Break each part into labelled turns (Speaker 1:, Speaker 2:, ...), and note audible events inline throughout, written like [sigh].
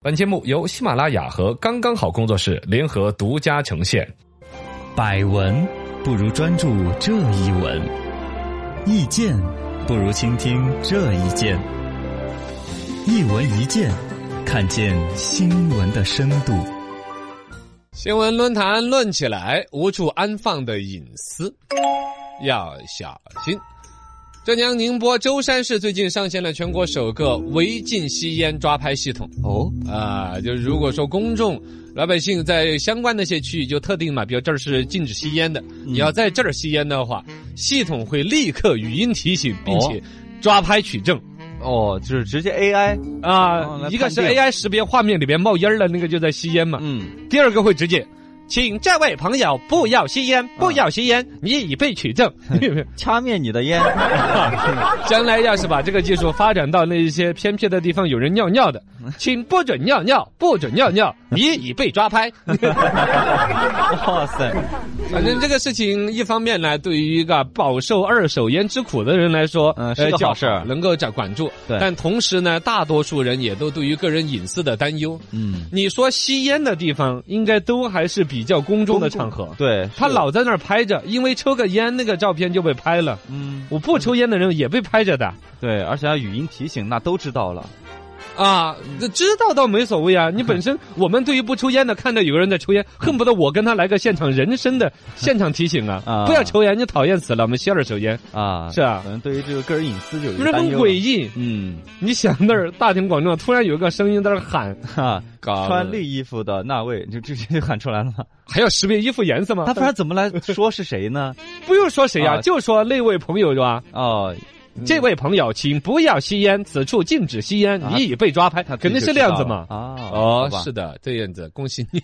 Speaker 1: 本节目由喜马拉雅和刚刚好工作室联合独家呈现。
Speaker 2: 百闻不如专注这一闻，意见不如倾听这一见。一闻一见，看见新闻的深度。
Speaker 3: 新闻论坛论起来，无处安放的隐私要小心。浙江宁波舟山市最近上线了全国首个违禁吸烟抓拍系统
Speaker 2: 哦，
Speaker 3: 啊、就是如果说公众老百姓在相关的一些区域就特定嘛，比如这儿是禁止吸烟的，
Speaker 4: 嗯
Speaker 3: 你要在这儿吸烟的话，系统会立刻语音提醒，并且抓拍取证。
Speaker 4: 哦，就是直接 AI，
Speaker 3: 啊、
Speaker 4: 来
Speaker 3: 一个
Speaker 4: 哦判
Speaker 3: 是
Speaker 4: 定
Speaker 3: AI 识别画面里面冒烟儿的那个就在吸烟嘛，
Speaker 4: 嗯，
Speaker 3: 第二个会直接，请这位朋友不要吸烟，
Speaker 4: 啊
Speaker 3: 不要吸烟，你已被取证。
Speaker 4: 掐灭你
Speaker 2: [laughs]
Speaker 4: 的烟，
Speaker 3: 将来要是把这个技术发展到那一些偏僻的地方，有人
Speaker 4: [laughs]
Speaker 3: 尿尿的，请不准尿尿，不准尿尿，你已被
Speaker 4: [laughs]
Speaker 3: 抓拍。
Speaker 4: 哇塞，
Speaker 3: 反正这个事情，一方面呢，对于一个饱受二手烟之苦的人来说，呃
Speaker 4: 嗯是个
Speaker 3: 叫
Speaker 4: 好事儿
Speaker 3: 能够掌管住。
Speaker 4: 对
Speaker 3: 但同时呢，大多数人也都对于个人隐私的担忧。
Speaker 4: 嗯，
Speaker 3: 你说吸烟的地方，应该都还是比较公众的场合。
Speaker 4: 对，
Speaker 3: 他
Speaker 4: 是，
Speaker 3: 老在那儿拍着，因为抽个烟那个照片就被拍了。
Speaker 4: 嗯，
Speaker 3: 我不抽烟的人也被拍着的
Speaker 4: 对，而且要语音提醒，那都知道了，
Speaker 3: 啊，这知道倒没所谓
Speaker 4: [laughs]
Speaker 3: 啊。你本身我们对于不抽烟的，看到有个人在抽烟，恨不得我跟他来个现场人
Speaker 4: [laughs]
Speaker 3: 声的现场提醒啊
Speaker 4: 啊，
Speaker 3: 不要抽烟，你讨厌死了，我们吸二手烟，
Speaker 4: 啊，
Speaker 3: 是啊
Speaker 4: 可能对于这个个人隐私就有
Speaker 3: 不
Speaker 4: 一
Speaker 3: 是
Speaker 4: 个
Speaker 3: 很
Speaker 4: 担忧了
Speaker 3: 诡，异。
Speaker 4: 嗯，
Speaker 3: 你想那儿大庭广众，突然有一个声音在那
Speaker 4: [laughs]
Speaker 3: 儿喊，
Speaker 4: 哈，
Speaker 3: 搞
Speaker 4: 穿绿衣服的那位就直接喊出来了，
Speaker 3: 还要识别衣服颜色吗？
Speaker 4: 他不然怎么来说是谁呢？
Speaker 3: 不用说谁呀、
Speaker 4: 啊
Speaker 3: 就说那位朋友是吧？
Speaker 4: 哦，
Speaker 3: 这位朋友，请不要吸烟，此处禁止吸烟，
Speaker 4: 啊
Speaker 3: 你已被抓拍，
Speaker 4: 他
Speaker 3: 肯定是那样子嘛。
Speaker 4: 啊，好，
Speaker 3: 哦
Speaker 4: 吧
Speaker 3: 是，的，这样子，恭喜你。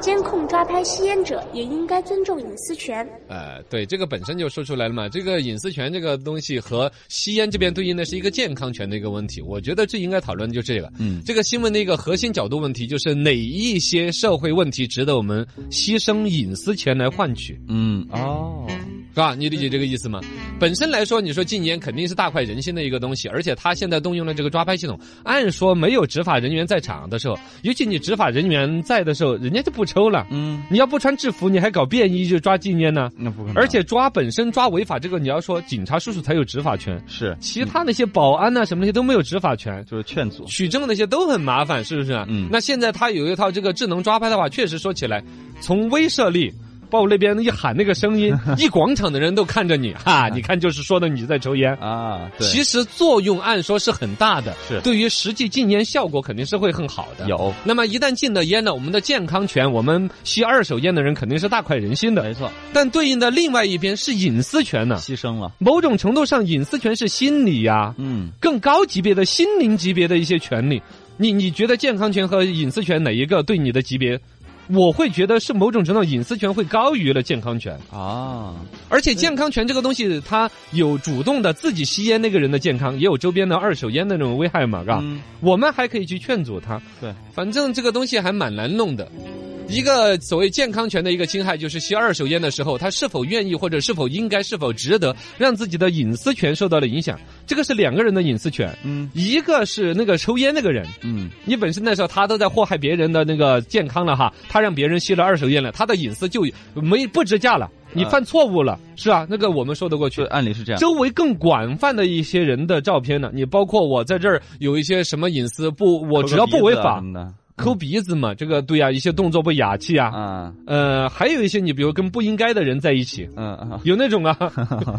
Speaker 5: 监控抓拍吸烟者，也应该尊重隐私权。
Speaker 3: 呃，对，这个本身就说出来了嘛。这个隐私权这个东西和吸烟这边对应的是一个健康权的一个问题。我觉得最应该讨论的就是这个。
Speaker 4: 嗯，
Speaker 3: 这个新闻的一个核心角度问题就是哪一些社会问题值得我们牺牲隐私权来换取，
Speaker 4: 嗯，哦，
Speaker 3: 是吧？你理解这个意思吗？本身来说，你说禁烟肯定是大快人心的一个东西，而且他现在动用了这个抓拍系统，按说没有执法人员在场的时候，尤其你执法人员在的时候，人家就不抽了。
Speaker 4: 嗯，
Speaker 3: 你要不穿制服，你还搞便衣就抓禁烟呢？
Speaker 4: 那不可能，
Speaker 3: 而且抓本身抓违法这个，你要说警察叔叔才有执法权，
Speaker 4: 是，
Speaker 3: 其他那些保安啊呐、什么那些都没有执法权。
Speaker 4: 就是劝阻，
Speaker 3: 取证那些都很麻烦，是不是啊？
Speaker 4: 嗯
Speaker 3: 那现在他有一套这个智能抓拍的话，确实说起来，从威慑力。把我那边一喊那个
Speaker 4: [laughs]
Speaker 3: 声音，一广场的人都看着你，哈，你看就是说的你在抽烟。
Speaker 4: 啊，嗯对，
Speaker 3: 其实作用按说是很大的，
Speaker 4: 是
Speaker 3: 对于实际禁烟效果肯定是会很好的。
Speaker 4: 有，
Speaker 3: 那么一旦禁了烟呢，我们的健康权，我们吸二手烟的人肯定是大快人心的。
Speaker 4: 没错，
Speaker 3: 但对应的另外一边是隐私权呢、
Speaker 4: 牺牲了，
Speaker 3: 某种程度上，隐私权是心理呀、
Speaker 4: 嗯。
Speaker 3: 更高级别的心灵级别的一些权利。你你觉得健康权和隐私权哪一个对你的级别？我会觉得是某种程度上隐私权会高于了健康权，
Speaker 4: 啊，
Speaker 3: 而且健康权这个东西，它有主动的自己吸烟那个人的健康，也有周边的二手烟的那种危害嘛，嘎、
Speaker 4: 嗯
Speaker 3: 我们还可以去劝阻他。
Speaker 4: 对，
Speaker 3: 反正这个东西还蛮难弄的。一个所谓健康权的一个侵害，就是吸二手烟的时候，他是否愿意或者是否应该、是否值得让自己的隐私权受到了影响，这个是两个人的隐私权。
Speaker 4: 嗯
Speaker 3: 一个是那个抽烟那个人，
Speaker 4: 嗯，
Speaker 3: 你本身那时候他都在祸害别人的那个健康了哈，他让别人吸了二手烟了，他的隐私就没不值价了，你
Speaker 4: 啊
Speaker 3: 犯错误了，是啊，那个我们说得过去
Speaker 4: 就。按理是这样。
Speaker 3: 周围更广泛的一些人的照片呢，你包括我在这儿有一些什么隐私不，我只要不违
Speaker 4: 啊
Speaker 3: 法
Speaker 4: 什，么的
Speaker 3: 抠鼻子嘛，这个对呀、一些动作不雅气啊，
Speaker 4: 啊，
Speaker 3: 呃，还有一些你比如跟不应该的人在一起，
Speaker 4: 嗯啊，
Speaker 3: 有
Speaker 4: [laughs]
Speaker 3: 那种啊，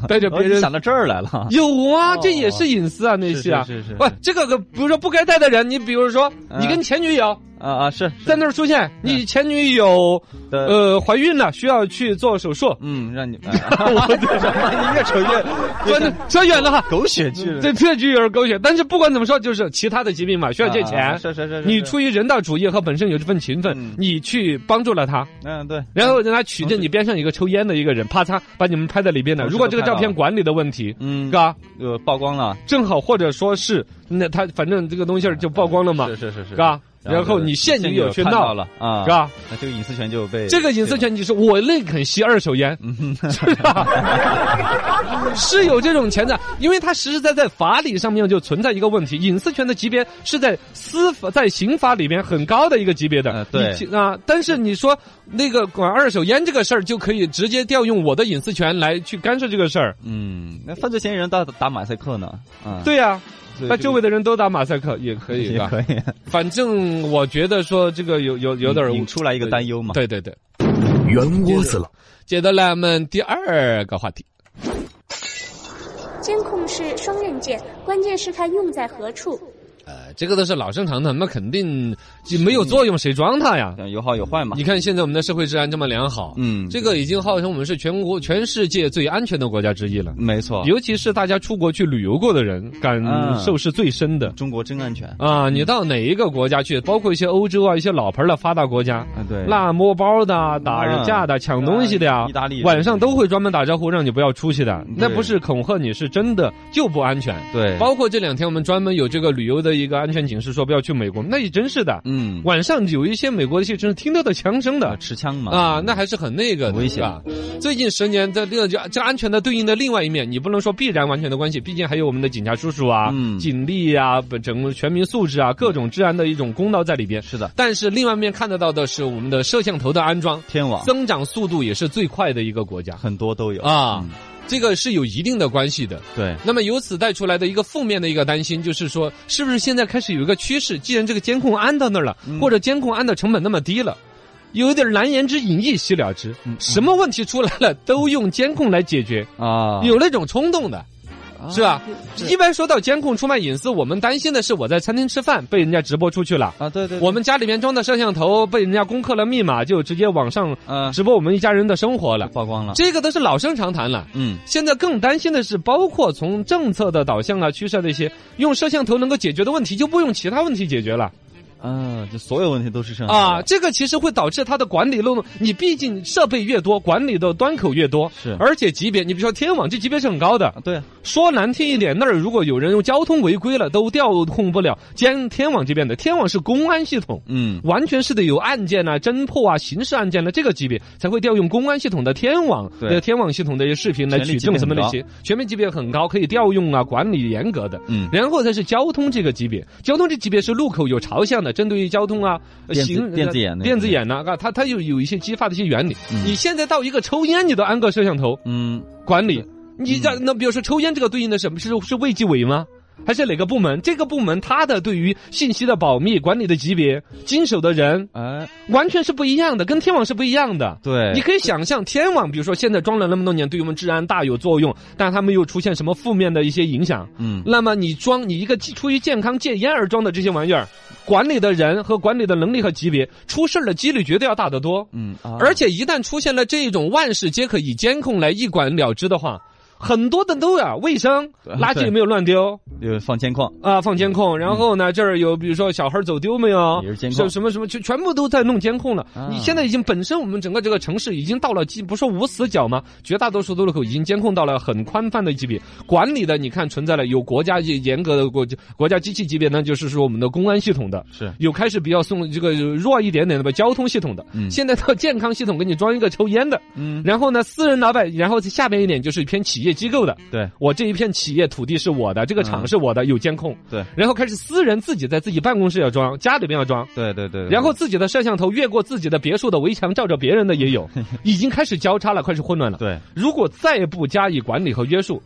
Speaker 3: 带着别
Speaker 4: 哦你
Speaker 3: 人
Speaker 4: 想到这儿来了，
Speaker 3: [laughs] 有啊，
Speaker 4: 哦
Speaker 3: 这也是隐私啊，那
Speaker 4: 是
Speaker 3: 些啊。
Speaker 4: 是是是
Speaker 3: 喂，这个个，比如说不该带的人，你比如说
Speaker 4: 嗯
Speaker 3: 你跟前女友
Speaker 4: 啊啊是
Speaker 3: 在那儿出现，你前女友
Speaker 4: 的，
Speaker 3: 呃怀孕了，需要去做手术，
Speaker 4: 嗯，让你， [laughs] 我你越扯越 [laughs]
Speaker 3: 说扯远了哈，
Speaker 4: 狗血剧了，
Speaker 3: 这这句有点狗血。但是不管怎么说，就是其他的疾病嘛，需要借
Speaker 4: 啊啊
Speaker 3: 钱
Speaker 4: 啊。是是是，是
Speaker 3: 你
Speaker 4: 是
Speaker 3: 出于人道主义和本身有这份情分
Speaker 4: 嗯，
Speaker 3: 你去帮助了他，
Speaker 4: 嗯对，
Speaker 3: 然后让他取证你边上有一个抽烟的一个人，啪嚓把你们拍在里边了。
Speaker 4: 同时
Speaker 3: 如果这个
Speaker 4: 都拍
Speaker 3: 照
Speaker 4: 到
Speaker 3: 片
Speaker 4: 了
Speaker 3: 管理的问题，
Speaker 4: 嗯，
Speaker 3: 嘎，
Speaker 4: 呃曝光了，
Speaker 3: 正好或者说是那他反正这个东西儿就曝光了嘛，
Speaker 4: 是是是是，
Speaker 3: 嘎，然后你现女友去闹
Speaker 4: 了啊，
Speaker 3: 是？吧？
Speaker 4: 那这个隐私权就被
Speaker 3: 这个隐私权就是我宁肯吸二手烟，
Speaker 4: 嗯
Speaker 3: [laughs] 是吧？ [laughs] 是有这种钱的，因为它实实在在法理上面就存在一个问题，隐私权的级别是在司法在刑法里面很高的一个级别的，
Speaker 4: 呃对
Speaker 3: 你啊。但是你说那个管二手烟这个事儿，就可以直接调用我的隐私权来去干涉这个事儿，
Speaker 4: 嗯，那犯罪嫌疑人打打马赛克呢？啊，
Speaker 3: 对呀、
Speaker 4: 所以这个，
Speaker 3: 那周围的人都打马赛克也可以，是
Speaker 4: 也
Speaker 3: 吧？
Speaker 4: 可以，
Speaker 3: 反正我觉得说这个有有有点儿
Speaker 4: 引出来一个担忧嘛。
Speaker 3: 对对对，
Speaker 2: 圆窝子了。
Speaker 3: 接着来我们第二个话题。
Speaker 5: 监控是双刃剑，关键是看用在何处。
Speaker 3: 呃，这个都是老生常谈，那肯定就没有作用，谁装它呀？
Speaker 2: 嗯
Speaker 4: 对，有好有坏嘛。
Speaker 3: 你看现在我们的社会治安这么良好，
Speaker 4: 嗯
Speaker 3: 这个已经号称我们是全国、全世界最安全的国家之一
Speaker 2: 嗯
Speaker 3: 了。
Speaker 4: 没错，
Speaker 3: 尤其是大家出国去旅游过的人，感
Speaker 4: 嗯
Speaker 2: 啊
Speaker 3: 受是最深的
Speaker 4: 中国真安全。
Speaker 3: 啊！你到哪一个国家去，包括一些欧洲啊、一些老牌的发达国家，
Speaker 4: 嗯，对，啊
Speaker 3: 那摸包的、打人架的、抢东西的呀
Speaker 4: 意大利，人
Speaker 3: 晚上都会专门打招呼让你不要出去的。那
Speaker 4: 对
Speaker 3: 不是恐吓你，是真的就不安全。
Speaker 4: 对，
Speaker 3: 包括这两天我们专门有这个旅游的一个安全警示，说不要去美国，那也真是的。
Speaker 4: 嗯，
Speaker 3: 晚上有一些美国的一些真是听得到枪声的。
Speaker 4: 持枪嘛。
Speaker 3: 啊，那还是很那个的
Speaker 4: 危险
Speaker 3: 是吧最近十年的这个这安全的对应的另外一面，你不能说必然完全的关系，毕竟还有我们的警察叔叔啊、
Speaker 4: 嗯
Speaker 3: 警力啊、本整个全民素质啊、各种治安的一种公道在里边。
Speaker 4: 是的，
Speaker 3: 但是另外一面看得到的是我们的摄像头的安装，
Speaker 4: 天网
Speaker 3: 增长速度也是最快的一个国家
Speaker 4: 很多都有。
Speaker 3: 啊
Speaker 4: 嗯，
Speaker 3: 这个是有一定的关系的。
Speaker 4: 对，
Speaker 3: 那么由此带出来的一个负面的一个担心，就是说，是不是现在开始有一个趋势？既然这个监控安到那儿了，
Speaker 4: 嗯
Speaker 3: 或者监控安的成本那么低了，有一点难言之隐逸其了之
Speaker 4: 嗯，
Speaker 3: 什么问题出来了都用监控来解决，
Speaker 4: 啊，
Speaker 3: 有那种冲动的。
Speaker 4: 啊
Speaker 3: 是吧？一般说到监控出卖隐私，我们担心的是我在餐厅吃饭被人家直播出去了，
Speaker 4: 啊，对对，对
Speaker 3: 我们家里面装的摄像头被人家攻克了密码，就直接网上
Speaker 4: 呃
Speaker 3: 直播我们一家人的生活了。
Speaker 4: 曝光了。
Speaker 3: 这个都是老生常谈了。
Speaker 4: 嗯，
Speaker 3: 现在更担心的是，包括从政策的导向啊、趋势啊这些，用摄像头能够解决的问题，就不用其他问题解决了
Speaker 4: 啊，就所有问题都是摄像头
Speaker 3: 啊。这个其实会导致它的管理漏洞。你毕竟设备越多，管理的端口越多，
Speaker 4: 是
Speaker 3: 而且级别，你比如说天网，这级别是很高的
Speaker 4: 啊。对啊，
Speaker 3: 说难听一点，那儿如果有人用交通违规了，都调控不了监天网这边的。天网是公安系统。
Speaker 4: 嗯，
Speaker 3: 完全是得有案件啊、侦破啊、刑事案件的这个级别，才会调用公安系统的天网
Speaker 4: 对
Speaker 3: 的天网系统的一些视频来
Speaker 4: 权力
Speaker 3: 取
Speaker 4: 级别
Speaker 3: 证什么
Speaker 4: 很
Speaker 3: 那
Speaker 4: 高
Speaker 3: 些，全面级别很高，可以调用啊，管理严格的。
Speaker 4: 嗯
Speaker 3: 然后才是交通这个级别，交通这级别是路口有朝向的，针对于交通啊、呃
Speaker 4: 电子
Speaker 3: 行
Speaker 4: 电子眼那
Speaker 3: 电子
Speaker 4: 种
Speaker 3: 眼呐、啊，它它有有一些激发的一些原理。
Speaker 4: 嗯
Speaker 3: 你现在到一个抽烟，你都安个摄像头
Speaker 4: 嗯，
Speaker 3: 管理，你让那比如说抽烟这个对应的什么是是卫计委吗？还是哪个部门？这个部门它的对于信息的保密管理的级别、经手的人，
Speaker 4: 哎，
Speaker 3: 完全是不一样的，跟天网是不一样的。
Speaker 4: 对，
Speaker 3: 你可以想象，天网比如说现在装了那么多年，对于我们治安大有作用，但它没有出现什么负面的一些影响。
Speaker 4: 嗯，
Speaker 3: 那么你装你一个基出于健康戒烟而装的这些玩意儿，管理的人和管理的能力和级别，出事儿的几率绝对要大得多。
Speaker 4: 嗯，啊
Speaker 3: 而且一旦出现了这种万事皆可以监控来一管了之的话，很多的都啊，卫生
Speaker 4: 对
Speaker 3: 垃圾有没有乱丢
Speaker 4: 有放监控，
Speaker 3: 啊？放监控，然后呢，这儿有比如说小孩走丢没有？
Speaker 4: 也是监控
Speaker 3: 什么什么，就全部都在弄监控了。
Speaker 4: 啊
Speaker 3: 你现在已经本身我们整个这个城市已经到了，既不说无死角吗？绝大多数的路口已经监控到了很宽泛的级别，管理的你看存在了有国家严格的国国家机器级别呢，就是说我们的公安系统的，
Speaker 4: 是
Speaker 3: 有开始比较送这个弱一点点的吧，交通系统的，
Speaker 4: 嗯
Speaker 3: 现在到健康系统给你装一个抽烟的，
Speaker 4: 嗯，
Speaker 3: 然后呢私人老板，然后下边一点就是偏企业机构的，
Speaker 4: 对，
Speaker 3: 我这一片企业土地是我的，这个厂
Speaker 4: 嗯
Speaker 3: 是我的，有监控，
Speaker 4: 对，
Speaker 3: 然后开始私人自己在自己办公室要装，家里边要装。
Speaker 4: 对对对，对
Speaker 3: 然后自己的摄像头越过自己的别墅的围墙，照着别人的也
Speaker 4: [laughs]
Speaker 3: 有，已经开始交叉了，开始混乱了。
Speaker 4: 对，
Speaker 3: 如果再不加以管理和约束，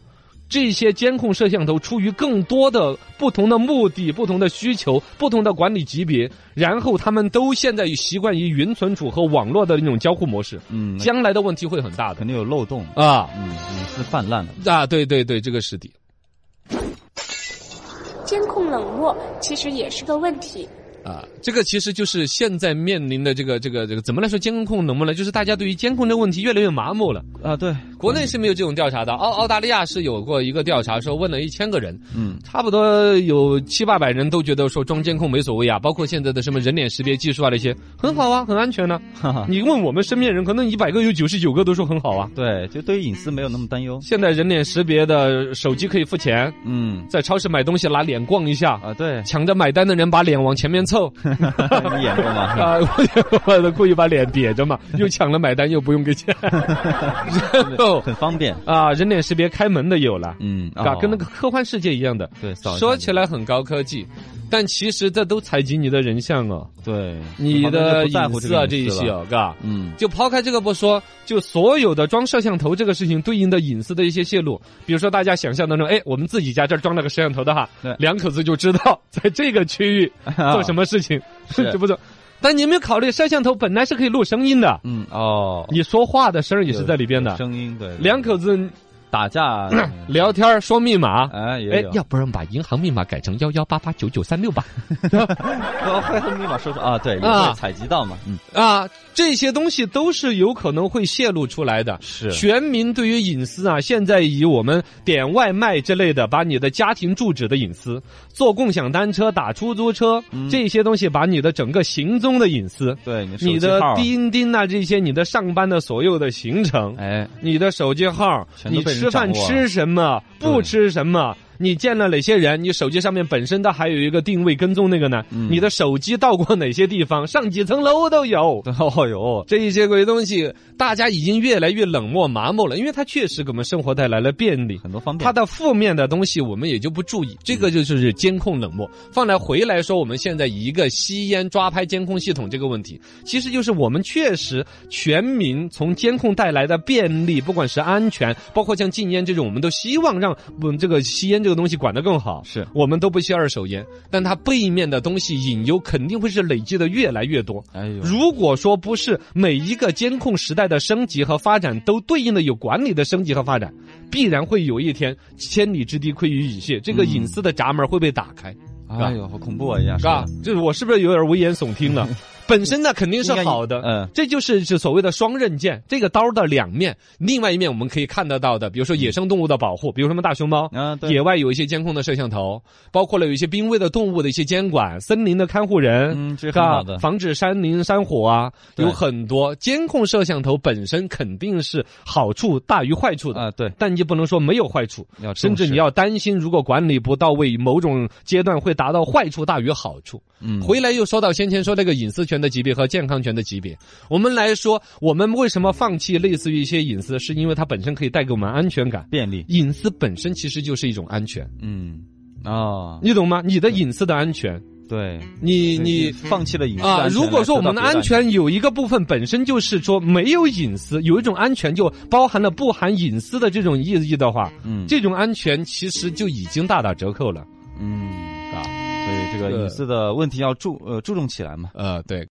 Speaker 3: 这些监控摄像头出于更多的不同的目的、不同的需求、不同的管理级别，然后他们都现在习惯于云存储和网络的那种交互模式，
Speaker 4: 嗯，
Speaker 3: 将来的问题会很大的
Speaker 4: 肯定有漏洞，
Speaker 3: 啊
Speaker 4: 嗯，隐私泛滥了，
Speaker 3: 啊！对对对，这个是的。
Speaker 5: 监控冷漠其实也是个问题。
Speaker 3: 啊，这个其实就是现在面临的这个这个这个，怎么来说监控能不能？就是大家对于监控这个问题越来越麻木了。
Speaker 4: 啊，对，
Speaker 3: 国内是没有这种调查的。澳澳大利亚是有过一个调查，说问了一千个人，
Speaker 4: 嗯，
Speaker 3: 差不多有七八百人都觉得说装监控没所谓啊，包括现在的什么人脸识别技术啊那些，很好啊，很安全呢、
Speaker 4: 哈哈，
Speaker 3: 你问我们身边人，可能一百个有九十九个都说很好啊。
Speaker 4: 对，就对于隐私没有那么担忧。
Speaker 3: 现在人脸识别的手机可以付钱，
Speaker 4: 嗯，
Speaker 3: 在超市买东西拿脸逛一下，
Speaker 4: 啊，
Speaker 3: [laughs]，
Speaker 4: 对
Speaker 3: 抢着买单的人把脸往前
Speaker 4: [laughs]
Speaker 3: 面凑，
Speaker 4: 你演过吗？
Speaker 3: 啊，我我都故意把脸瘪
Speaker 4: [laughs]
Speaker 3: 着嘛，又抢了买单又不用给钱，然后
Speaker 4: 很方便。
Speaker 3: 啊，人脸识别开门的有了，
Speaker 4: 嗯，
Speaker 3: 啊，
Speaker 4: 哦
Speaker 3: 跟那个科幻世界一样的，
Speaker 4: 对，扫一下
Speaker 3: 说
Speaker 4: 就
Speaker 3: 起来很高科技，但其实这都采集你的人像哦，
Speaker 4: 对，
Speaker 3: 你
Speaker 4: 很多
Speaker 3: 的
Speaker 4: 人就不在
Speaker 3: 隐
Speaker 4: 乎这
Speaker 3: 私
Speaker 4: 个
Speaker 3: 啊
Speaker 4: 隐
Speaker 3: 这一
Speaker 4: 私
Speaker 3: 些
Speaker 4: 了，
Speaker 3: 哦，嘎。
Speaker 4: 嗯，
Speaker 3: 就抛开这个不说，就所有的装摄像头这个事情对应的隐私的一些泄露，比如说大家想象当中，哎，我们自己家这儿装了个摄像头的哈
Speaker 4: 对，
Speaker 3: 两口子就知道 [laughs] 在这个区域 [laughs] 做什
Speaker 4: 么？
Speaker 3: 么事情， [laughs]
Speaker 4: 是
Speaker 3: 这不错。但你有没有考虑，摄像头本来是可以录声音的，
Speaker 4: 嗯，哦，
Speaker 3: 你说话的声儿也是在里边
Speaker 4: 有
Speaker 3: 的。
Speaker 4: 声音对，对
Speaker 3: 两口子
Speaker 4: 打
Speaker 3: [coughs]
Speaker 4: 架啊
Speaker 3: 聊天儿说密码，
Speaker 4: 哎，也
Speaker 3: 哎
Speaker 4: 有，
Speaker 3: 要不然把银行密码改成幺幺八八九九三六吧。
Speaker 4: 我会和密码说说啊，对，也
Speaker 3: 啊
Speaker 4: 会采集到嘛，嗯，
Speaker 3: 啊，这些东西都是有可能会泄露出来的。
Speaker 4: 是
Speaker 3: 全民对于隐私啊，现在以我们点外卖之类的，把你的家庭住址的隐私，坐共享单车、打出租车、
Speaker 4: 嗯
Speaker 3: 这些东西，把你的整个行踪的隐私，
Speaker 4: 对，你手
Speaker 3: 你
Speaker 4: 机
Speaker 3: 的
Speaker 4: 号啊，
Speaker 3: 钉钉啊这些，你的上班的所有的行程，
Speaker 4: 哎，
Speaker 3: 你的手机号，
Speaker 4: 全都
Speaker 3: 你
Speaker 4: 被人
Speaker 3: 吃饭
Speaker 4: 掌握
Speaker 3: 吃什么，不
Speaker 4: 对
Speaker 3: 吃什么，你见了哪些人，你手机上面本身它还有一个定位跟踪那个呢，
Speaker 4: 嗯
Speaker 3: 你的手机到过哪些地方，上几层楼都 [laughs] 有。
Speaker 4: 哦哟，
Speaker 3: 这一些鬼东西，大家已经越来越冷漠麻木了，因为它确实给我们生活带来了便利。
Speaker 4: 很多方便，
Speaker 3: 它的负面的东西我们也就不注意，这个就是监控冷漠。放来回来说，我们现在以一个吸烟抓拍监控系统这个问题，其实就是我们确实全民从监控带来的便利，不管是安全，包括像禁烟这种，我们都希望让嗯这个吸烟这个东西管得更好。
Speaker 4: 是
Speaker 3: 我们都不吸二手烟，但它背面的东西隐忧肯定会是累积的越来越多。
Speaker 4: 哎呦，
Speaker 3: 如果说不是每一个监控时代的升级和发展都对应的有管理的升级和发展，必然会有一天千里之堤溃于蚁穴，这个
Speaker 4: 嗯
Speaker 3: 隐私的闸门会被打开，
Speaker 4: 哎呦，好恐怖啊，一下
Speaker 3: 是
Speaker 4: 说
Speaker 3: 吧
Speaker 4: 的，？
Speaker 3: 这我是不是有点危言耸
Speaker 4: [laughs]
Speaker 3: 听了？本身呢肯定是好的，
Speaker 4: 嗯，
Speaker 3: 这就是是所谓的双刃剑，这个刀的两面。另外一面我们可以看得到的，比如说野生动物的保护，比如什么大熊猫。
Speaker 4: 啊，对，
Speaker 3: 野外有一些监控的摄像头，包括了有一些濒危的动物的一些监管，森林的看护人，
Speaker 4: 嗯，这
Speaker 3: 是
Speaker 4: 很好
Speaker 3: 吧
Speaker 4: 的？，
Speaker 3: 啊防止山林山火啊，
Speaker 4: 对
Speaker 3: 有很多监控摄像头本身肯定是好处大于坏处的。
Speaker 4: 啊，对，
Speaker 3: 但你不能说没有坏处，
Speaker 4: 要
Speaker 3: 甚至
Speaker 4: 重视
Speaker 3: 你要担心，如果管理不到位，某种阶段会达到坏处大于好处。
Speaker 4: 嗯，
Speaker 3: 回来又说到先前说那个隐私权的级别和健康权的级别，我们来说，我们为什么放弃类似于一些隐私，是因为它本身可以带给我们安全感。
Speaker 4: 便利，
Speaker 3: 隐私本身其实就是一种安全，
Speaker 4: 嗯，啊，
Speaker 3: 你懂吗？你的隐私的安全，
Speaker 4: 对，
Speaker 3: 你你
Speaker 4: 放弃了隐私
Speaker 3: 啊，
Speaker 4: 安全
Speaker 3: 如果说我们的
Speaker 4: 来得到别
Speaker 3: 安
Speaker 4: 的
Speaker 3: 全有一个部分本身就是说没有隐私，有一种安全就包含了不含隐私的这种意义的话，
Speaker 4: 嗯，
Speaker 3: 这种安全其实就已经大打折扣了
Speaker 4: 嗯，
Speaker 3: 啊。
Speaker 4: 所以这
Speaker 3: 这
Speaker 4: 个
Speaker 3: 个
Speaker 4: 隐私的问题要注呃注重起来嘛。
Speaker 3: 呃，对，